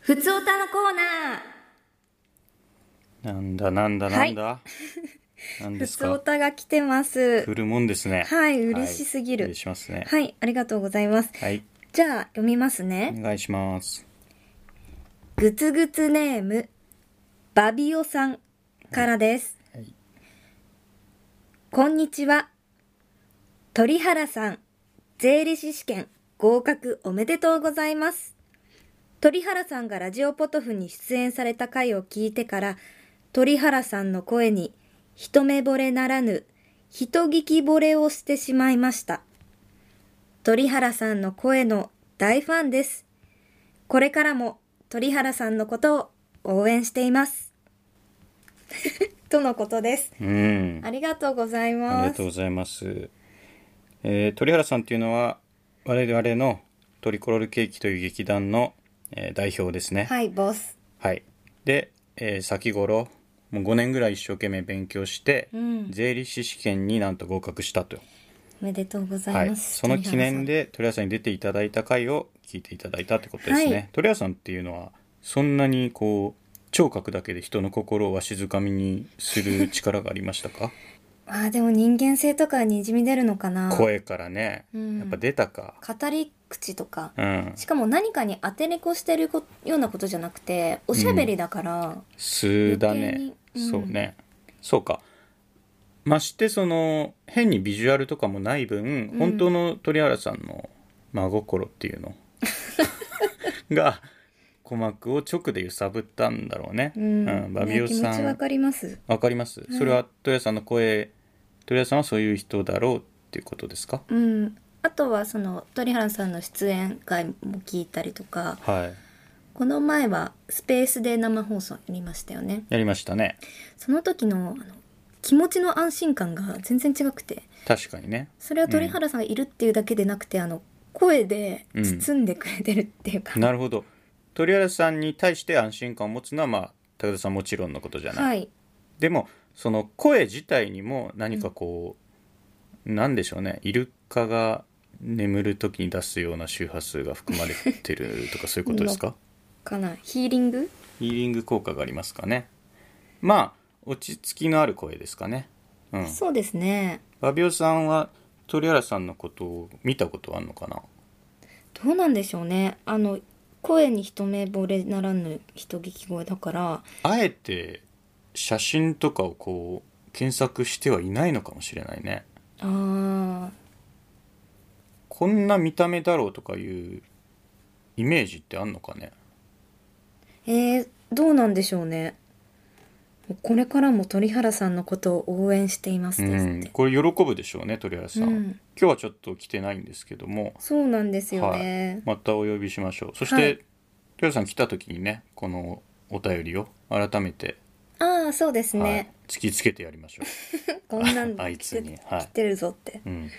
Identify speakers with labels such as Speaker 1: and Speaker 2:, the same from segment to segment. Speaker 1: ふつおたのコーナ
Speaker 2: なんだなんだなんだ、 なん
Speaker 1: ー
Speaker 2: で
Speaker 1: ふ
Speaker 2: す
Speaker 1: つお
Speaker 2: か
Speaker 1: たが来てます
Speaker 2: 来るもんですね
Speaker 1: はい嬉しすぎる
Speaker 2: はい、嬉しますね
Speaker 1: はいありがとうございます
Speaker 2: はい、
Speaker 1: じゃあ読みますね
Speaker 2: お願いします
Speaker 1: ぐつぐつネームバビオさんからです、
Speaker 2: はい
Speaker 1: こんにちは鳥原さん税理士試験合格おめでとうございます鳥原さんがラジオポトフに出演された回を聞いてから鳥原さんの声に一目惚れならぬ人聞き惚れをしてしまいました鳥原さんの声の大ファンですこれからも鳥原さんのことを応援しています。 とのことです。
Speaker 2: うん
Speaker 1: ありがとうござい
Speaker 2: あり
Speaker 1: ま
Speaker 2: がと
Speaker 1: す
Speaker 2: う。ございます、えー鳥原さんっていうのは我々のトリコロールケーキという劇団の、えー代表ですね
Speaker 1: はい、ボス。
Speaker 2: はい。で、えー先頃、もう5年ぐらい一生懸命勉強して、
Speaker 1: うん
Speaker 2: 税理士試験になんと合格したと。
Speaker 1: おめでとうござ
Speaker 2: はいい。
Speaker 1: ます。
Speaker 2: その記念
Speaker 1: で。
Speaker 2: で、鳥谷さんに出ていただいた回を聞いていただいたってことですね。
Speaker 1: はい
Speaker 2: 鳥谷さんっていうのは、そんなにこう、聴覚だけで人の心をわしづかみにする力がありました か
Speaker 1: あーでも人間性とかにじみ出るのかな。
Speaker 2: 声からね、
Speaker 1: うん
Speaker 2: やっぱ出たか。
Speaker 1: 語り口とか。
Speaker 2: うん。
Speaker 1: しかも何かに当てれこしてるこようなことじゃなくて、おしゃべりだから。
Speaker 2: 素だね
Speaker 1: 余、計にうん
Speaker 2: そうねそうかましてその変にビジュアルとかもない分、
Speaker 1: うん
Speaker 2: 本当の鳥原さんの真心ってい うのが鼓膜を直で揺さぶったんだろうね、
Speaker 1: うん。
Speaker 2: バビオ
Speaker 1: ね気持
Speaker 2: さ
Speaker 1: ち
Speaker 2: ん
Speaker 1: わ
Speaker 2: わか
Speaker 1: かります。
Speaker 2: ります、それは鳥原さんの声鳥原さんはそういう人だろうっていうことですか
Speaker 1: うん。あとはその鳥原さんの出演会も聞いたりとか。
Speaker 2: はい
Speaker 1: この前はスペースで生放送やりましたよね
Speaker 2: やりましたね
Speaker 1: その時のあの気持ちの安心感が全然違くて
Speaker 2: 確かにね
Speaker 1: それは鳥原さんがいるっていうだけでなくて、あの声で
Speaker 2: うん
Speaker 1: 包んでくれてるっていうか、
Speaker 2: なるほど鳥原さんに対して安心感を持つのはまあ高田さんもちろんのことじゃない、
Speaker 1: はい
Speaker 2: でもその声自体にも何かこう、なんでしょうねイルカが眠る時に出すような周波数が含まれてるとか そういうことですか
Speaker 1: かなヒーリング
Speaker 2: ヒーリング効果がありますかねまあ落ち着きのある声ですかねうん
Speaker 1: そうですね
Speaker 2: バビオさんは鳥原さんのことを見たことあるのかな
Speaker 1: どうなんでしょうねあの声に一目惚れならぬ人聞き声だから
Speaker 2: あえて写真とかをこう検索してはいないのかもしれないね
Speaker 1: あー
Speaker 2: こんな見た目だろうとかいうイメージってあんのかね
Speaker 1: えー、どうなんでしょうねこれからも鳥原さんのことを応援していますですって、
Speaker 2: うん、これ喜ぶでしょうね鳥原さん、
Speaker 1: うん
Speaker 2: 今日はちょっと来てないんですけども、
Speaker 1: そうなんですよ
Speaker 2: はい
Speaker 1: ね、。
Speaker 2: またお呼びしましょうそして、
Speaker 1: はい
Speaker 2: 鳥原さん来た時にねこのお便りを改めて、
Speaker 1: ああ、そうです
Speaker 2: はい
Speaker 1: ね。
Speaker 2: 突きつけてやりましょ
Speaker 1: こんなん
Speaker 2: あいつに
Speaker 1: 来て
Speaker 2: はい
Speaker 1: 来てるぞって。
Speaker 2: う、うん、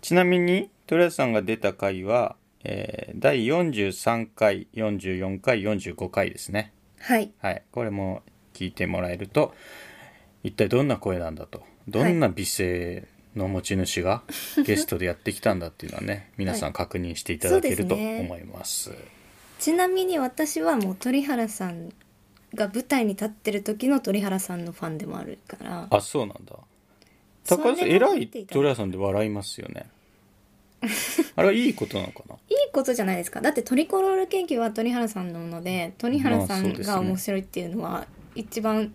Speaker 2: ちなみに鳥原さんが出た回は、えー第43回44回45回ですね
Speaker 1: はい。
Speaker 2: はい、これも聞いてもらえると一体どんな声なんだとどんな美声の持ち主が ゲストでやってきたんだっていうのはね皆さん確認していただけると
Speaker 1: そうですね
Speaker 2: 思います。
Speaker 1: ちなみに私はもう鳥原さんが舞台に立ってる時の鳥原さんのファンでもあるから。
Speaker 2: あそうなんだ高橋さ
Speaker 1: そ
Speaker 2: ん
Speaker 1: れも
Speaker 2: 偉
Speaker 1: 見
Speaker 2: い
Speaker 1: ていた
Speaker 2: 鳥谷さんで笑いますよね。あれはいいことなのかない
Speaker 1: いことじゃないですか。だってトリコロール研究は鳥原さんなので、鳥原さ
Speaker 2: まあそ
Speaker 1: ん
Speaker 2: うです
Speaker 1: が
Speaker 2: ね
Speaker 1: 面白いっていうのは一番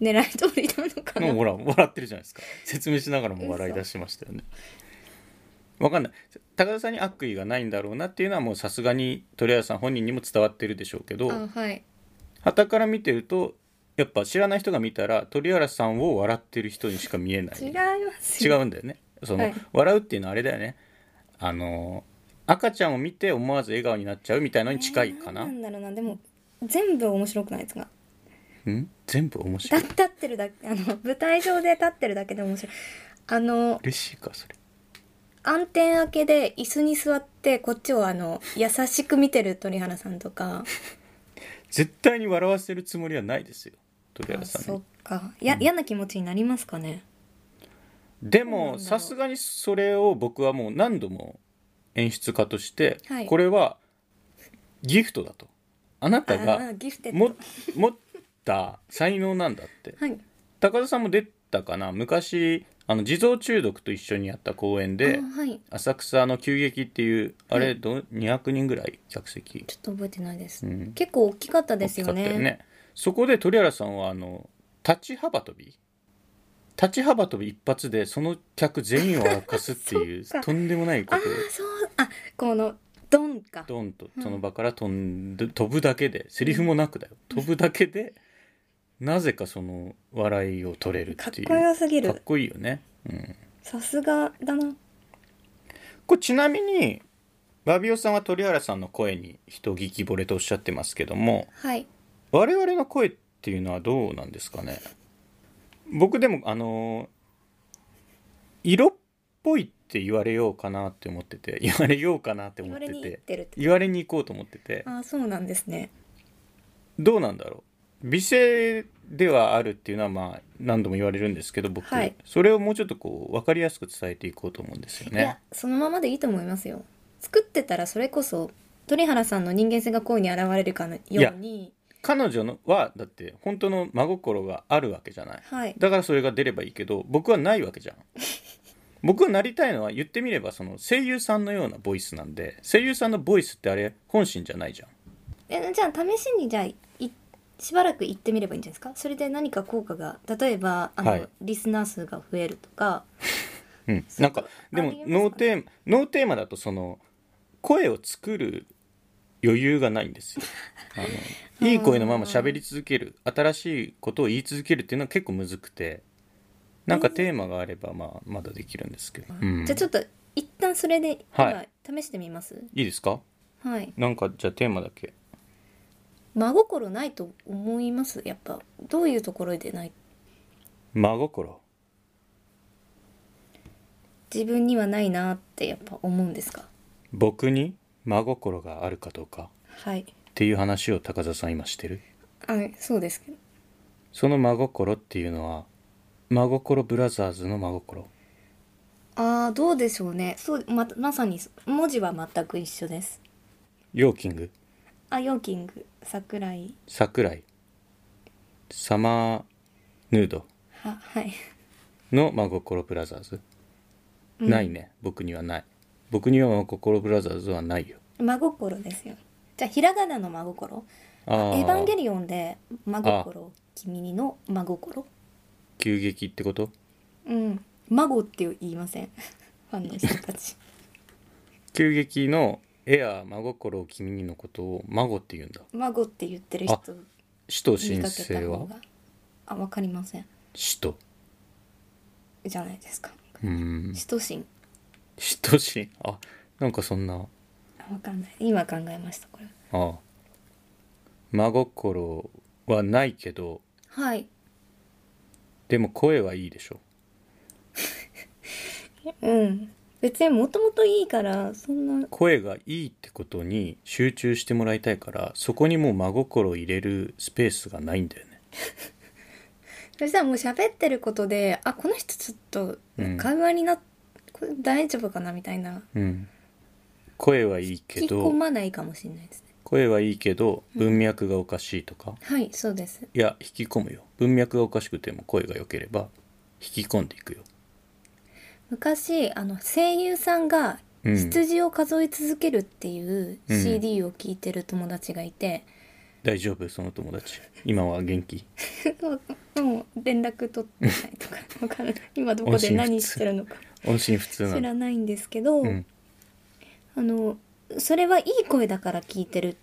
Speaker 1: 狙い通りなのか
Speaker 2: もう
Speaker 1: な。
Speaker 2: ほら笑ってるじゃないですか説明しながらも笑い出しましたよねわかんない高田さんに悪意がないんだろうなっていうのはもうさすがに鳥谷さん本人にも伝わってるでしょうけど
Speaker 1: あはい。
Speaker 2: 傍から見てるとやっぱ知らない人が見たら鳥原さんを笑ってる人にしか見えない
Speaker 1: 違います
Speaker 2: 違
Speaker 1: よ。
Speaker 2: うんだよねその、
Speaker 1: はい
Speaker 2: 笑うっていうのはあれだよねあの赤ちゃんを見て思わず笑顔になっちゃうみたいのに近いかな、
Speaker 1: えーなんだろうな。でも、全部面白くないですか
Speaker 2: うん全部面
Speaker 1: だ
Speaker 2: 白い
Speaker 1: 立ってるだけあの舞台上で立ってるだけで面白いあの
Speaker 2: 嬉しいかそれ
Speaker 1: 暗転明けで椅子に座ってこっちをあの優しく見てる鳥原さんとか
Speaker 2: 絶対に笑わせるつもりはないですよ鳥原さん
Speaker 1: そ
Speaker 2: に
Speaker 1: っかや嫌な気持ちになりますかね
Speaker 2: で
Speaker 1: そうなん
Speaker 2: も
Speaker 1: だろう
Speaker 2: さすがにそれを僕はもう何度も演出家として、
Speaker 1: はい
Speaker 2: これはギフトだとあな
Speaker 1: あ
Speaker 2: たが
Speaker 1: ーギフテッド
Speaker 2: も持った才能なんだって
Speaker 1: はい
Speaker 2: 高田さんも出たかな昔あの地蔵中毒と一緒にやった公演で
Speaker 1: あーはい
Speaker 2: 浅草の急激っていうあ
Speaker 1: は
Speaker 2: れ
Speaker 1: い
Speaker 2: ど、200人ぐらい客席
Speaker 1: ちょっと覚えてないです、
Speaker 2: うん
Speaker 1: 結構大きかったですよ
Speaker 2: 大きか
Speaker 1: ね
Speaker 2: ったそこで鳥原さんはあの立ち幅跳び立ち幅跳び一発でその客全員を沸かすってい う
Speaker 1: そっか
Speaker 2: とんでもないこ
Speaker 1: あ
Speaker 2: と
Speaker 1: あ
Speaker 2: を
Speaker 1: そうあこのドンか
Speaker 2: ドンとその場から飛んで、飛ぶだけでセリフもなくだよ飛ぶだけでなぜかその笑いを取れる
Speaker 1: か
Speaker 2: っ
Speaker 1: って
Speaker 2: いう
Speaker 1: こよすぎ
Speaker 2: かっ
Speaker 1: る
Speaker 2: こいいよね、うん、
Speaker 1: さすがだな
Speaker 2: これちなみにバビオさんは鳥原さんの声に人聞き惚れとおっしゃってますけども
Speaker 1: はい
Speaker 2: 我々の声っていうのはどうなんですかね僕でもあの色っぽいって言われようかなって思ってて言われようかなって
Speaker 1: 言
Speaker 2: 思っ
Speaker 1: わ
Speaker 2: て
Speaker 1: れに行っててるって
Speaker 2: 言われに行こうと思ってて
Speaker 1: あーそうなんですね
Speaker 2: どうなんだろう美声ではあるっていうのはまあ何度も言われるんですけど僕、
Speaker 1: はい
Speaker 2: それをもうちょっとこう分かりやすく伝えていこうと思うんですよ
Speaker 1: い
Speaker 2: ね
Speaker 1: や。そのままでいいと思いますよ作ってたらそれこそ鳥原さんの人間性が恋に現れるかのように
Speaker 2: 彼女のはだって本当の真心があるわけじゃない。
Speaker 1: はい
Speaker 2: だからそれが出ればいいけど僕はないわけじゃ ん僕はなりたいのは言ってみればその声優さんのようなボイスなんで声優さんのボイスってあれ本心じゃないじゃん
Speaker 1: えじゃあ試しにじゃあいしばらく行ってみればいいんじゃないですかそれで何か効果が例えばあの、
Speaker 2: はい
Speaker 1: リスナー数が増えるとか
Speaker 2: うん、
Speaker 1: そう
Speaker 2: なんかでも
Speaker 1: ありえますかね
Speaker 2: ノーテーマノーテーマだとその声を作る余裕がないん ですよあのいい声のまま喋り続ける新しいことを言い続けるっていうのは結構むずくてなんかテーマがあればまあまだできるんですけど、うん
Speaker 1: じゃあちょっと一旦それで
Speaker 2: は
Speaker 1: 今試してみます
Speaker 2: いいですか
Speaker 1: はい、
Speaker 2: なんかじゃあテーマだけ
Speaker 1: 真心ないと思いますやっぱどういうところでない
Speaker 2: 真心
Speaker 1: 自分にはないなってやっぱ思うんですか
Speaker 2: 僕に真心があるかどうか
Speaker 1: はい
Speaker 2: っていう話を高田さん今してる
Speaker 1: あそうですけど
Speaker 2: その真心っていうのは真心ブラザーズの真心
Speaker 1: ああどうでしょうねそうままさに文字は全く一緒です
Speaker 2: ヨーキング
Speaker 1: あヨーキング桜井
Speaker 2: 桜井サマーヌード
Speaker 1: ははい
Speaker 2: の真心ブラザーズ、ないね僕にはない僕には真心ブラザーズはないよ
Speaker 1: 真心ですよじゃあひらがなの真心
Speaker 2: あ
Speaker 1: エ
Speaker 2: ー
Speaker 1: ヴァンゲリオンで真心君にの真心
Speaker 2: 急激ってこと
Speaker 1: うん孫って言いません ファンの人た ち
Speaker 2: 急激のエアー真心を君にのことを孫って言うんだ
Speaker 1: 孫って言ってる人
Speaker 2: 使徒
Speaker 1: 見
Speaker 2: 申
Speaker 1: かけ
Speaker 2: 請
Speaker 1: た
Speaker 2: は
Speaker 1: 方があわかりません
Speaker 2: 使徒
Speaker 1: じゃないですか
Speaker 2: うーん
Speaker 1: 使徒心
Speaker 2: 嫉妬心あなんかそんな
Speaker 1: あわかんない今考えましたこれ
Speaker 2: ああ真心はないけど
Speaker 1: はい
Speaker 2: でも声はいいでしょ
Speaker 1: うん別にもともといいからそんな
Speaker 2: 声がいいってことに集中してもらいたいからそこにもう真心を入れるスペースがないんだよね
Speaker 1: そしたらもう喋ってることであこの人ちょっと
Speaker 2: うん
Speaker 1: 会話になっ、これ大丈夫かなみたいな
Speaker 2: うん声はいいけ
Speaker 1: 引き込
Speaker 2: ど
Speaker 1: まないかもしれないですね
Speaker 2: 声はいいけど文脈がおかしいとか、
Speaker 1: はいそうです
Speaker 2: いや引き込むよ文脈がおかしくても声が良ければ引き込んでいくよ
Speaker 1: 昔あの声優さんが
Speaker 2: うん
Speaker 1: 羊を数え続けるっていう
Speaker 2: うん
Speaker 1: CD を聴いてる友達がいて、
Speaker 2: 大丈夫その友達今は元気
Speaker 1: もう連絡取ってないとかわかんない今どこで何してるのか
Speaker 2: 音信不通な
Speaker 1: 知
Speaker 2: の
Speaker 1: らないんですけど、
Speaker 2: うん
Speaker 1: あのそれはいい声だから聞いてる、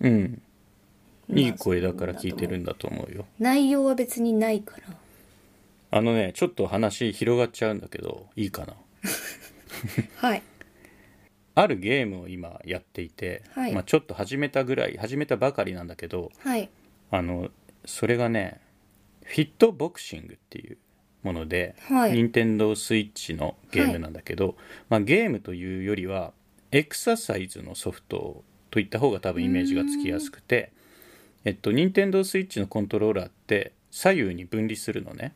Speaker 2: うん
Speaker 1: まあ
Speaker 2: いい声だから聞いてるんだと思うよ。
Speaker 1: 内容は別にないから
Speaker 2: あのね、ちょっと話広がっちゃうんだけど、いいかな。
Speaker 1: はい
Speaker 2: あるゲームを今やっていて、
Speaker 1: はい
Speaker 2: まあちょっと始めたぐらい、始めたばかりなんだけど、
Speaker 1: はい
Speaker 2: あの、それがね、フィットボクシングっていうもので、
Speaker 1: はい
Speaker 2: 任天堂スイッチのゲームなんだけど、まあゲームというよりは、エクササイズのソフトといった方が多分イメージがつきやすくて、えっと、任天堂スイッチのコントローラーって左右に分離するのね。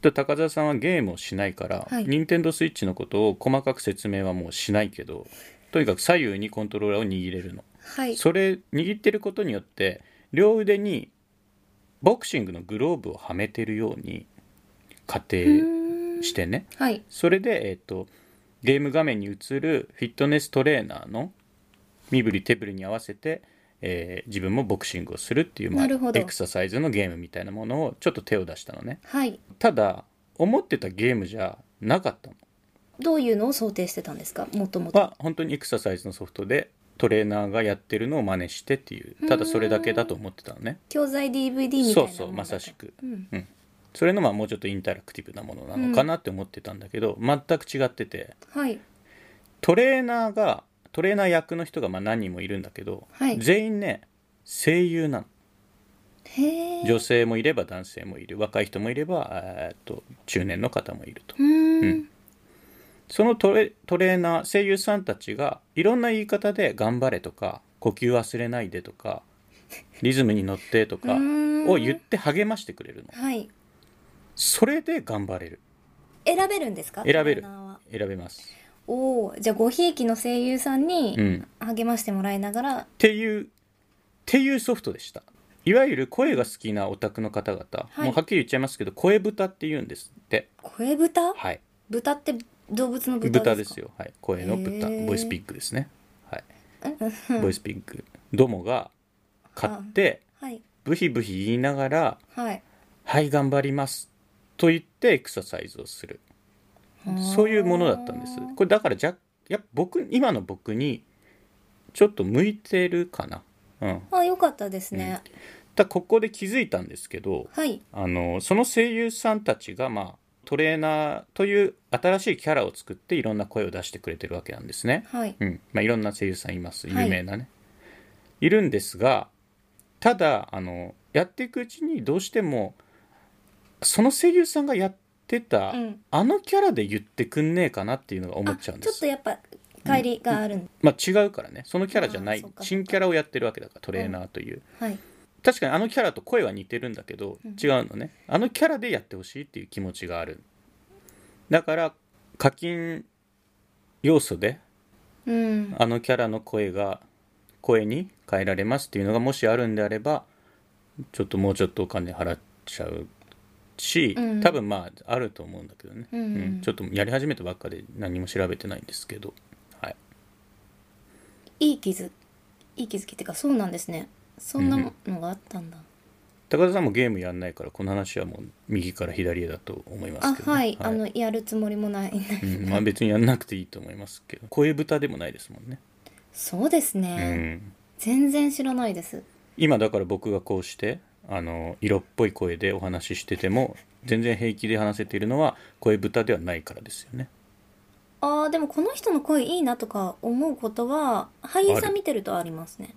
Speaker 2: で高澤さんはゲームをしないから、
Speaker 1: はい
Speaker 2: 任天堂スイッチのことを細かく説明はもうしないけどとにかく左右にコントローラーを握れるの。
Speaker 1: はい。
Speaker 2: それ握ってることによって両腕にボクシングのグローブをはめてるように仮
Speaker 1: う
Speaker 2: 定
Speaker 1: ーん
Speaker 2: してね
Speaker 1: はい。
Speaker 2: それで、えっとゲーム画面に映るフィットネストレーナーの身振り手振りに合わせて、えー自分もボクシングをするっていう、まあ、
Speaker 1: なるほど
Speaker 2: エクササイズのゲームみたいなものをちょっと手を出したのね
Speaker 1: はい。
Speaker 2: ただ思ってたゲームじゃなかったの
Speaker 1: どういうのを想定してたんですかもともと。
Speaker 2: は本当にエクササイズのソフトでトレーナーがやってるのを真似してっていうただそれだけだと思ってたのね
Speaker 1: 教材 DVD みたいなもの
Speaker 2: そう
Speaker 1: だと
Speaker 2: そうまさし。く
Speaker 1: うん。
Speaker 2: それのまあもうちょっとインタラクティブなものなのかなって思ってたんだけど、全く違ってて
Speaker 1: はい。
Speaker 2: トレーナーがトレーナー役の人がまあ何人もいるんだけど、
Speaker 1: はい
Speaker 2: 全員ね声優なの
Speaker 1: へえ。
Speaker 2: 女性もいれば男性もいる若い人もいればえーっと中年の方もいると
Speaker 1: うーん。
Speaker 2: そのトレトレーナー声優さんたちがいろんな言い方で「頑張れ」とか「呼吸忘れないで」とか「リズムに乗って」とか
Speaker 1: うーん
Speaker 2: を言って励ましてくれるの
Speaker 1: はい。
Speaker 2: それで頑張れる
Speaker 1: 選べるんですか
Speaker 2: 選べ
Speaker 1: トレー
Speaker 2: る
Speaker 1: ナーは
Speaker 2: 選べます、
Speaker 1: おお。じゃあ、ごひいきの声優さん
Speaker 2: う
Speaker 1: に
Speaker 2: ん、っ
Speaker 1: 励ましてもらいながら、
Speaker 2: ていうっていうソフトでしたいわゆる声が好きなオタクの方々、
Speaker 1: はい
Speaker 2: もうはっきり言っちゃいますけど声豚って言うんですって
Speaker 1: 声豚
Speaker 2: はい
Speaker 1: 豚って動物の
Speaker 2: 豚
Speaker 1: 豚
Speaker 2: で
Speaker 1: ですす
Speaker 2: よ、はい、声の豚
Speaker 1: へー
Speaker 2: ボイスピッグですねはい
Speaker 1: よ。
Speaker 2: ボイスピッグどもが買って
Speaker 1: はい。
Speaker 2: ブヒブヒ言いながら
Speaker 1: はい。
Speaker 2: 「はい頑張ります」と言ってエクササイズをするそういうものだったんですこれだからじゃやっぱ僕今の僕にちょっと向いてるかな、うん、
Speaker 1: あ、よかったですね。
Speaker 2: だここで気づいたんですけど
Speaker 1: はい。
Speaker 2: あのその声優さんたちが、まあ、トレーナーという新しいキャラを作っていろんな声を出してくれてるわけなんですね、
Speaker 1: はい。
Speaker 2: うんまあ、いろんな声優さんいます有
Speaker 1: はい
Speaker 2: 名なね、い、るんですがただあのやっていくうちにどうしてもその声優さんがやってた、
Speaker 1: うん
Speaker 2: あのキャラで言ってくんねえかなっていうのが思
Speaker 1: あ、
Speaker 2: っち
Speaker 1: ち
Speaker 2: ゃ
Speaker 1: ょ
Speaker 2: うん
Speaker 1: っ
Speaker 2: です
Speaker 1: とやっぱ、帰りがあるん。
Speaker 2: まあ違うからねそのキャラじゃな
Speaker 1: あー
Speaker 2: い
Speaker 1: そっかそっか
Speaker 2: 新キャラをやってるわけだからトレーナーという、
Speaker 1: はい。
Speaker 2: 確かにあのキャラと声は似てるんだけど、違うのねあのキャラでやってほしいっていう気持ちがあるだから課金要素で
Speaker 1: うん。
Speaker 2: あのキャラの声が声に変えられますっていうのがもしあるんであればちょっともうちょっとお金払っちゃうし、
Speaker 1: うん
Speaker 2: 多分まああると思うんだけどね、
Speaker 1: うん
Speaker 2: ちょっとやり始めたばっかで何も調べてないんですけど、はい、
Speaker 1: いい気づいい気づきっていうかそうなんですねそんなものがあったんだ、
Speaker 2: 高田さんもゲームやんないからこの話はもう右から左へだと思います
Speaker 1: あ
Speaker 2: けどね、
Speaker 1: はい、あのやるつもりもない
Speaker 2: うんまあ別にやんなくていいと思いますけど声豚でもないですもんね、
Speaker 1: そうです
Speaker 2: う
Speaker 1: ね、
Speaker 2: ん、
Speaker 1: 全然知らないです
Speaker 2: 今だから僕がこうしてあの色っぽい声でお話ししてても全然平気で話せているのは声豚ではないからですよね
Speaker 1: あーでもこの人の声いいなとか思うことは俳優さん見てるとありますね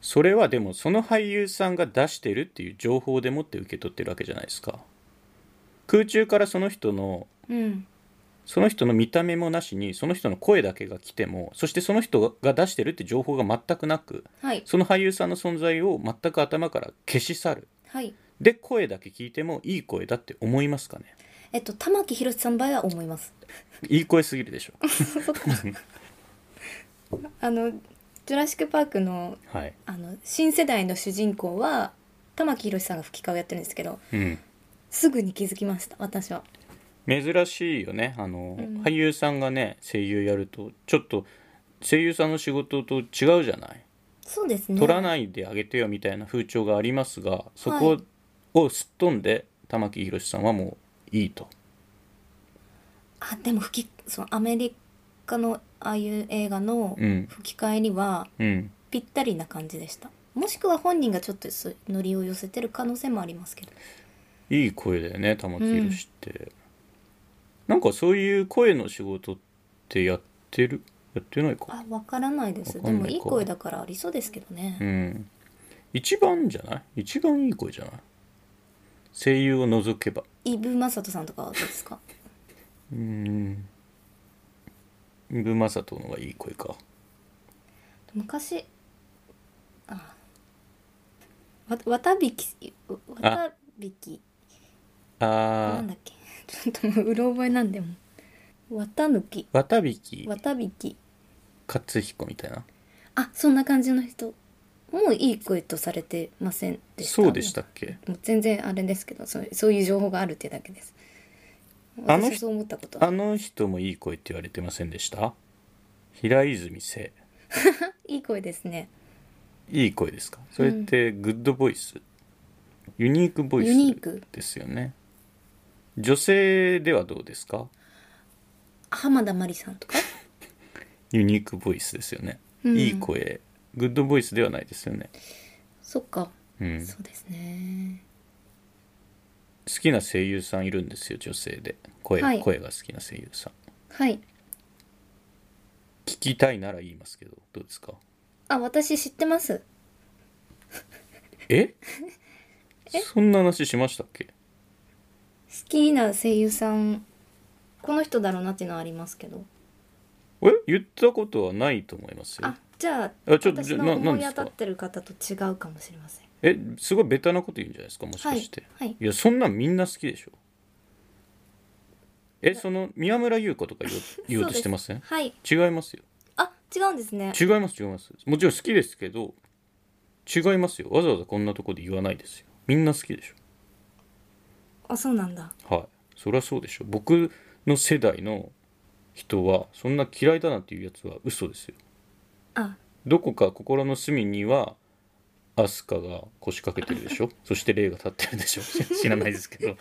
Speaker 2: それはでもその俳優さんが出してるっていう情報でもって受け取ってるわけじゃないですか空中からその人の
Speaker 1: うん
Speaker 2: その人の見た目もなしにその人の声だけが来てもそしてその人が出してるって情報が全くなく
Speaker 1: はい
Speaker 2: その俳優さんの存在を全く頭から消し去る
Speaker 1: はい
Speaker 2: で声だけ聞いてもいい声だって思いますかね
Speaker 1: えっと玉木宏さんの場合は思います
Speaker 2: いい声すぎる でしょ
Speaker 1: そっかあの「ジュラシック・パークの」
Speaker 2: はい、
Speaker 1: あの新世代の主人公は玉木宏さんが吹き替えをやってるんですけど
Speaker 2: うん、
Speaker 1: すぐに気づきました私は
Speaker 2: 珍しいよねあの、
Speaker 1: うん
Speaker 2: 俳優さんがね声優やるとちょっと声優さんの仕事と違うじゃない
Speaker 1: そうですね
Speaker 2: 取らないであげてよみたいな風潮がありますがそこをすっ飛んで玉木宏さんはもういいと
Speaker 1: あでも吹きそのアメリカのああいう映画の
Speaker 2: うん
Speaker 1: 吹き替えには
Speaker 2: うん
Speaker 1: ぴったりな感じでした、もしくは本人がちょっとそうノリを寄せてる可能性もありますけど
Speaker 2: いい声だよね玉木宏って、なんかそういう声の仕事ってやってるやってないか
Speaker 1: あわからないです
Speaker 2: わか
Speaker 1: で
Speaker 2: んな
Speaker 1: も
Speaker 2: いか
Speaker 1: いい声だからありそうですけどね、
Speaker 2: うん一番じゃない一番いい声じゃない声優を除けば
Speaker 1: イブ・マサトさんとかはどうですか
Speaker 2: うんイブ・マサトの方がいい声か
Speaker 1: 昔あわ渡引き渡引きな
Speaker 2: あ
Speaker 1: ん
Speaker 2: ー
Speaker 1: だっけちょっともううろ覚えなんでもう渡抜き
Speaker 2: 綿引
Speaker 1: 渡引き
Speaker 2: 克彦みたいな
Speaker 1: あそんな感じの人もういい声とされてませんでした
Speaker 2: そうでしたっけ
Speaker 1: もう全然あれですけどそうそういう情報があるっていうだけです
Speaker 2: あの人
Speaker 1: 私はそう思ったこと
Speaker 2: あ
Speaker 1: は
Speaker 2: の人もいい声って言われてませんでした平泉聖
Speaker 1: いい声ですね
Speaker 2: いい声ですかそれってグッドボイス、ユニークボイ
Speaker 1: ユニーク
Speaker 2: スですよね女性ではどうですか
Speaker 1: 浜田真理さんとか
Speaker 2: ユニークボイスですよね、
Speaker 1: うん
Speaker 2: いい声グッドボイスではないですよね、
Speaker 1: そっか、
Speaker 2: うん、好
Speaker 1: そうですね
Speaker 2: きな声優さんいるんですよ女性で声,、
Speaker 1: はい
Speaker 2: 声が好きな声優さん
Speaker 1: はい
Speaker 2: 聞きたいなら言いますけどどうですか
Speaker 1: あ私知ってます
Speaker 2: えそんな話しましたっけ
Speaker 1: 好きな声優さんこの人だろうなっていうのはありますけど
Speaker 2: え言ったことはないと思いますよ
Speaker 1: あじゃあ
Speaker 2: あちょっと
Speaker 1: 私
Speaker 2: じゃな
Speaker 1: の
Speaker 2: なん
Speaker 1: 思
Speaker 2: で
Speaker 1: い
Speaker 2: す
Speaker 1: 当た
Speaker 2: か
Speaker 1: ってる方と違うかもしれません
Speaker 2: えすごいベタなこと言うんじゃないですかもしかして、
Speaker 1: はいはい
Speaker 2: やそんなんみんな好きでしょえその宮村優子とか言 おう言おうとしてません
Speaker 1: はい
Speaker 2: 違いますよ
Speaker 1: あ違うんですね
Speaker 2: 違います違いますもちろん好きですけど違いますよわざわざこんなとこで言わないですよみんな好きでし
Speaker 1: あそうなんだ
Speaker 2: ょはいそりゃそうでしょ僕の世代の人はそんな嫌いだなんていうやつは嘘ですよ
Speaker 1: あ
Speaker 2: どこか心の隅にはアスカが腰掛けてるでしょそして霊が立ってるでしょ 知らないですけど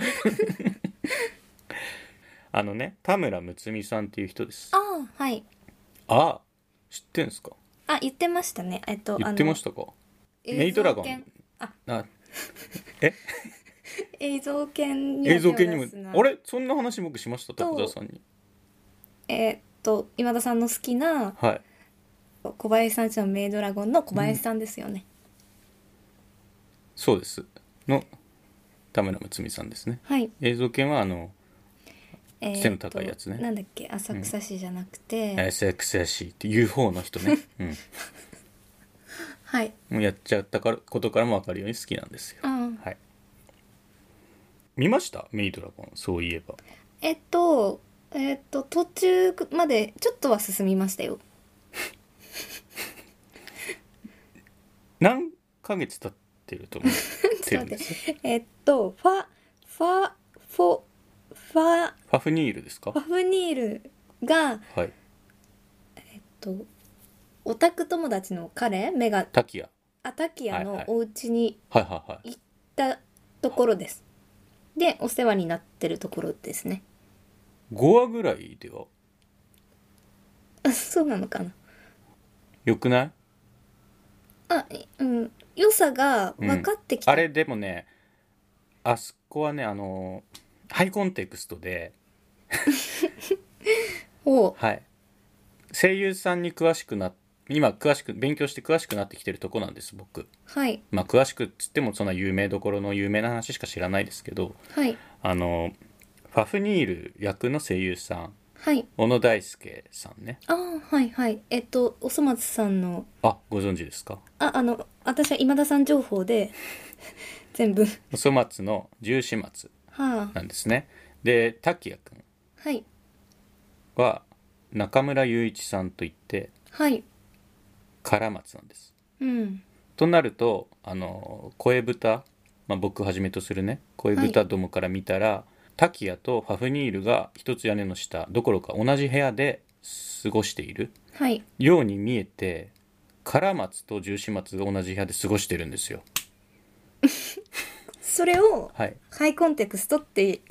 Speaker 2: あのね田村睦美さんっていう人ですあ
Speaker 1: あはい
Speaker 2: あ知ってんすか
Speaker 1: あ言ってましたねえっと
Speaker 2: 言ってましたたかメイドラゴン
Speaker 1: あ
Speaker 2: あ
Speaker 1: 映像犬には
Speaker 2: 映像系にも
Speaker 1: 手を出すな
Speaker 2: あれそんな話僕しました
Speaker 1: と
Speaker 2: 高田さんに
Speaker 1: えっと今田さんの好きな
Speaker 2: はい
Speaker 1: 小林さんちのメイドラゴンの小林さんですよね、
Speaker 2: そうですの田村睦美さんですね
Speaker 1: はい
Speaker 2: 映像系はあの
Speaker 1: えー
Speaker 2: 背の高いやつね
Speaker 1: なんだっけ浅草市じゃなくて、
Speaker 2: 「セクセシー」っていう方の人 ね、うん、
Speaker 1: はい
Speaker 2: もうやっちゃったからことからも分かるように好きなんですよ
Speaker 1: うん
Speaker 2: はい。見ましたメイドラゴン、そういえば。
Speaker 1: えっとえっと途中までちょっとは進みましたよ
Speaker 2: 何ヶ月経ってると思ってるん です。
Speaker 1: えっとファファフォファ
Speaker 2: ファフニールですか
Speaker 1: ファフニールが
Speaker 2: はい。
Speaker 1: とオタク友達の彼メガ
Speaker 2: タキヤ。
Speaker 1: アタキヤ
Speaker 2: はいは
Speaker 1: の
Speaker 2: い
Speaker 1: お家に
Speaker 2: はいはいはい。
Speaker 1: 行ったところです、でお世話になってるところですね
Speaker 2: 5話ぐらいでは
Speaker 1: そうなのかな
Speaker 2: 良くない
Speaker 1: あいうん良さが分かってきた、
Speaker 2: あれでもね、あそこはね、あの、ハイコンテクストで、
Speaker 1: を
Speaker 2: はい。声優さんに詳しくな今詳しく勉強して詳しくなってきてるとこなんです僕
Speaker 1: はい
Speaker 2: まあ詳しくっつってもそんな有名どころの有名な話しか知らないですけど
Speaker 1: はい
Speaker 2: あのファフニール役の声優さん
Speaker 1: はい
Speaker 2: 小野大輔さんね
Speaker 1: あーはいはいえっとおそ松さんの
Speaker 2: あご存知ですか
Speaker 1: ああの私は今田さん情報で全部
Speaker 2: お粗末の十四松
Speaker 1: はあ
Speaker 2: なんですねで滝谷君
Speaker 1: はい
Speaker 2: は中村雄一さんといって
Speaker 1: はい
Speaker 2: 唐松なんです
Speaker 1: うん
Speaker 2: となるとあの声豚、まあ、僕はじめとするね声豚どもから見たら、滝谷とファフニールが一つ屋根の下どころか同じ部屋で過ごしている
Speaker 1: はい
Speaker 2: ように見えて唐松と十四松が同じ部屋で過ごしてるんですよ
Speaker 1: それを
Speaker 2: はい
Speaker 1: ハイコンテクストって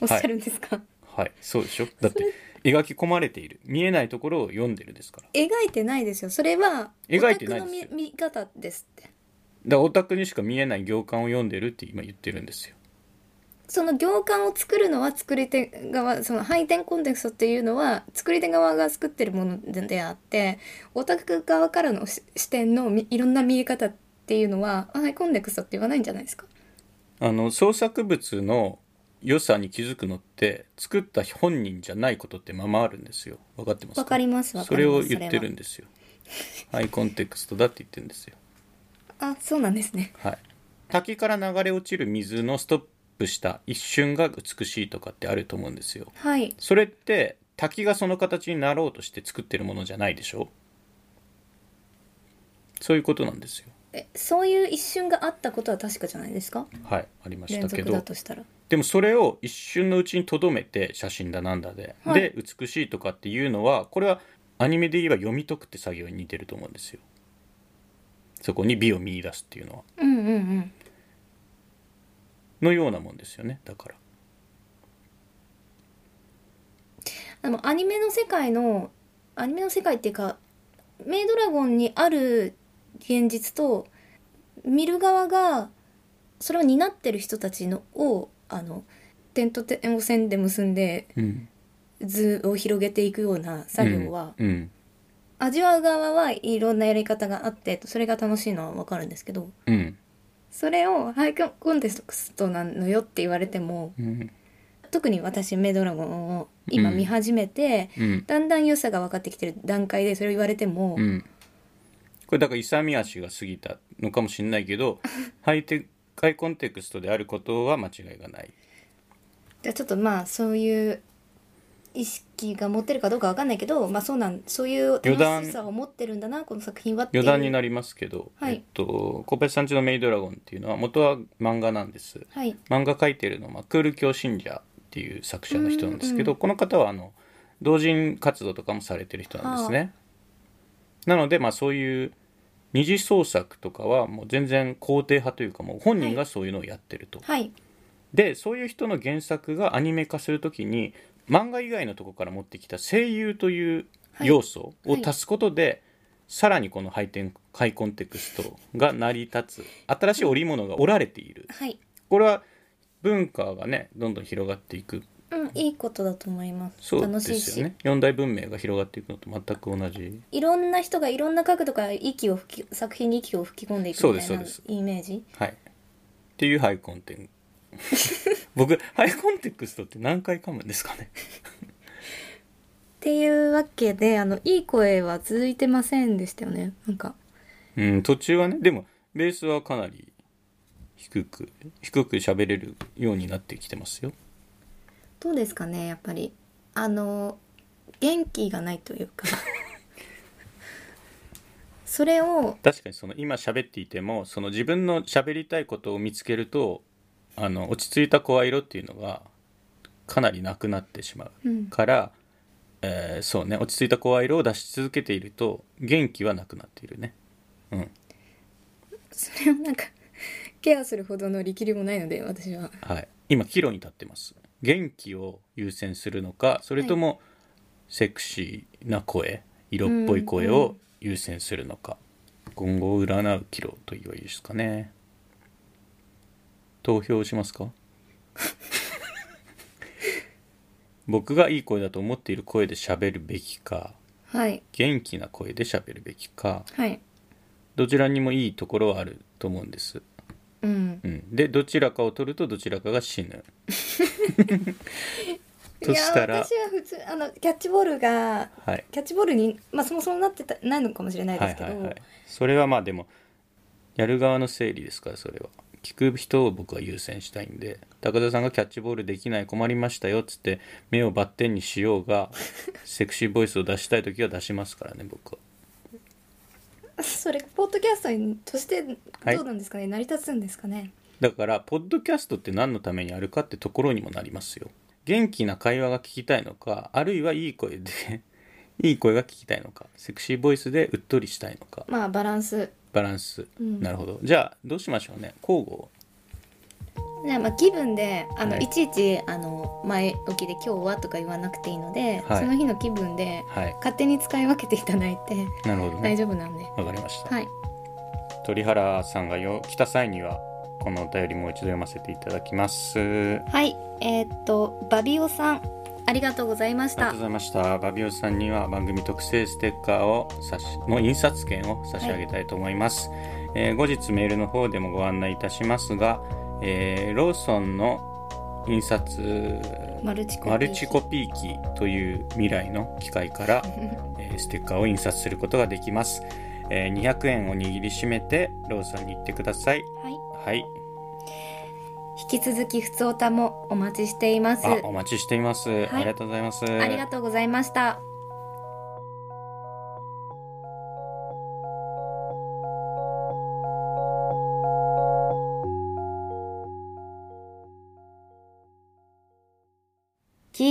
Speaker 1: おっしゃるんですか、
Speaker 2: はいそうでしょだって描き込まれている見えないところを読んでるですからだか
Speaker 1: 描いてないですよそれは
Speaker 2: 描いてな
Speaker 1: オタク
Speaker 2: いですよ
Speaker 1: の見見方ですって
Speaker 2: らオタクにしか見えない行間を読んでるって今言ってるんですよ
Speaker 1: その行間を作るのは作り手側その配点コンテクストっていうのは作り手側が作ってるものであってオタク側からのし視点のみいろんな見え方っていうのはハイコンテクストって言わないんじゃないですか
Speaker 2: あの創作物の良さに気づくのって作った本人じゃないことってままあるんですよ分かってます
Speaker 1: わかりますわ
Speaker 2: そ
Speaker 1: か
Speaker 2: れ
Speaker 1: り
Speaker 2: を
Speaker 1: ます
Speaker 2: 言ってるんですよハイコンテクストだって言ってるんですよ
Speaker 1: それはあそうなんですね
Speaker 2: はい滝から流れ落ちる水のストップした一瞬が美しいとかってあると思うんですよ
Speaker 1: はい
Speaker 2: それって滝がその形になろうとして作ってるものじゃないでしょそういうことなんですよ
Speaker 1: えそういう一瞬があったことは確かじゃないですか
Speaker 2: はいありまし
Speaker 1: 連
Speaker 2: たけ
Speaker 1: 続だ
Speaker 2: ど
Speaker 1: としたら
Speaker 2: でもそれを一瞬のうちにとどめて写真だなんだで、
Speaker 1: はい
Speaker 2: で美しいとかっていうのはこれはアニメで言えば読み解くって作業に似てると思うんですよそこに美を見出すっていうのは
Speaker 1: うんうんうん
Speaker 2: のようなもんですよねだから
Speaker 1: あのアニメの世界のアニメの世界っていうかメイドラゴンにある現実と見る側がそれを担ってる人たちのをあの点と点を線で結んで
Speaker 2: うん
Speaker 1: 図を広げていくような作業は、
Speaker 2: うんうん
Speaker 1: 味わう側はいろんなやり方があってそれが楽しいのはわかるんですけど
Speaker 2: うん
Speaker 1: それを俳句コンテストなのよって言われても
Speaker 2: うん
Speaker 1: 特に私メイドラゴンを今見始めて、
Speaker 2: うん
Speaker 1: だんだん良さが分かってきてる段階でそれを言われても、
Speaker 2: うんこれだから勇み足が過ぎたのかもしれないけどハイテハイコンテクストであることは間違いがない
Speaker 1: じゃあちょっとまあそういう意識が持ってるかどうかわかんないけど、まあ、そうなんそういう
Speaker 2: 余談
Speaker 1: 楽しさを持ってるんだなこの作品はっていう
Speaker 2: 余談になりますけど、
Speaker 1: はい
Speaker 2: えっと、小林さんちのメイドラゴンっていうのは元は漫画なんです
Speaker 1: はい
Speaker 2: 漫画描いてるのはクール教信者っていう作者の人なんですけ
Speaker 1: う
Speaker 2: ど、
Speaker 1: ん
Speaker 2: この方はあの同人活動とかもされてる人なんですね、なのでまあそういう二次創作とかはもう全然肯定派というかもう本人がそういうのをやってると、
Speaker 1: はい
Speaker 2: でそういう人の原作がアニメ化するときに漫画以外のところから持ってきた声優という要素を足すことで、さらにこのハイテンハイコンテクストが成り立つ新しい織物が織られている
Speaker 1: はい
Speaker 2: これは文化がねどんどん広がっていく
Speaker 1: うんいいことだと思います
Speaker 2: そうで
Speaker 1: 楽しい
Speaker 2: す
Speaker 1: し、
Speaker 2: よね四大文明が広がっていくのと全く同じ
Speaker 1: いろんな人がいろんな角度から息を吹き作品に息を吹き込んでいくみたい
Speaker 2: そう
Speaker 1: な
Speaker 2: ですそう
Speaker 1: イメージ
Speaker 2: はいっていうハイコンテン 僕ハイコンテクストって何回噛むんですかね
Speaker 1: っていうわけであのいい声は続いてませんでしたよねなんか
Speaker 2: うん、途中はねでもベースはかなり低く低く喋れるようになってきてますよ
Speaker 1: どうですかねやっぱりあの元気がないという かそれを
Speaker 2: 確かにその今喋っていてもその自分の喋りたいことを見つけるとあの落ち着いた声色っていうのがかなりなくなってしまう
Speaker 1: うん
Speaker 2: から、えーそうね落ち着いた声色を出し続けていると元気はなくなっているねうん
Speaker 1: それをなんかケアするほどの力量もないので私は
Speaker 2: はい今岐路に立ってます元気を優先するのかそれともセクシーな声色っぽい声を優先するのか、今後を占う岐路と言えばいいですかね投票しますか僕がいい声だと思っている声で喋るべきか
Speaker 1: はい
Speaker 2: 元気な声で喋るべきか
Speaker 1: はい
Speaker 2: どちらにもいいところはあると思うんです
Speaker 1: うん
Speaker 2: うん、でどちらかを取るとどちらかが死ぬとし
Speaker 1: い
Speaker 2: た
Speaker 1: や
Speaker 2: ら
Speaker 1: 私は普通あのキャッチボールが
Speaker 2: はい
Speaker 1: キャッチボールにまあそもそもなってたないのかもしれないですけど、
Speaker 2: はいはいはい、それはまあでもやる側の整理ですからそれは聞く人を僕は優先したいんで高田さんがキャッチボールできない困りましたよっつって目をバッテンにしよう がセクシーボイスを出したい時は出しますからね僕は
Speaker 1: それポッドキャストにとしてど
Speaker 2: はいう
Speaker 1: なんですかね、成り立つんですかね
Speaker 2: だからポッドキャストって何のためにあるかってところにもなりますよ元気な会話が聞きたいのかあるいはいい声で いい声が聞きたいのかセクシーボイスでうっとりしたいのか
Speaker 1: まあバランス
Speaker 2: バランス、
Speaker 1: うん
Speaker 2: なるほどじゃあどうしましょうね交互
Speaker 1: ねまあ気分であの、
Speaker 2: はい
Speaker 1: い、ちいちあの前置きで「今日は」とか言わなくていいので、
Speaker 2: はい
Speaker 1: その日の気分で
Speaker 2: はい
Speaker 1: 勝手に使い分けていただいて
Speaker 2: なるほど
Speaker 1: 大
Speaker 2: ね
Speaker 1: 丈夫なんで、
Speaker 2: わかりました、
Speaker 1: はい
Speaker 2: 鳥原さんがよ来た際にはこのお便りもう一度読ませていただきますあ
Speaker 1: はいえーっとバビオさんありがとうございまし
Speaker 2: りが
Speaker 1: た
Speaker 2: とうございましたバビオさんには番組特製ステッカーを差しの印刷券を差し上げたいと思います、えー後日メールの方でもご案内いたしますが、えーローソンの印刷
Speaker 1: マルチコピー
Speaker 2: マルチコピー機という未来の機 械から、えーステッカーを印刷することができます、えー200円を握りしめてローソンに行ってください
Speaker 1: はい
Speaker 2: はい
Speaker 1: 引き続き「ふつおた」もお待ちしています
Speaker 2: あお待ちしています、
Speaker 1: い
Speaker 2: ありがとうございます
Speaker 1: ありがとうございました聞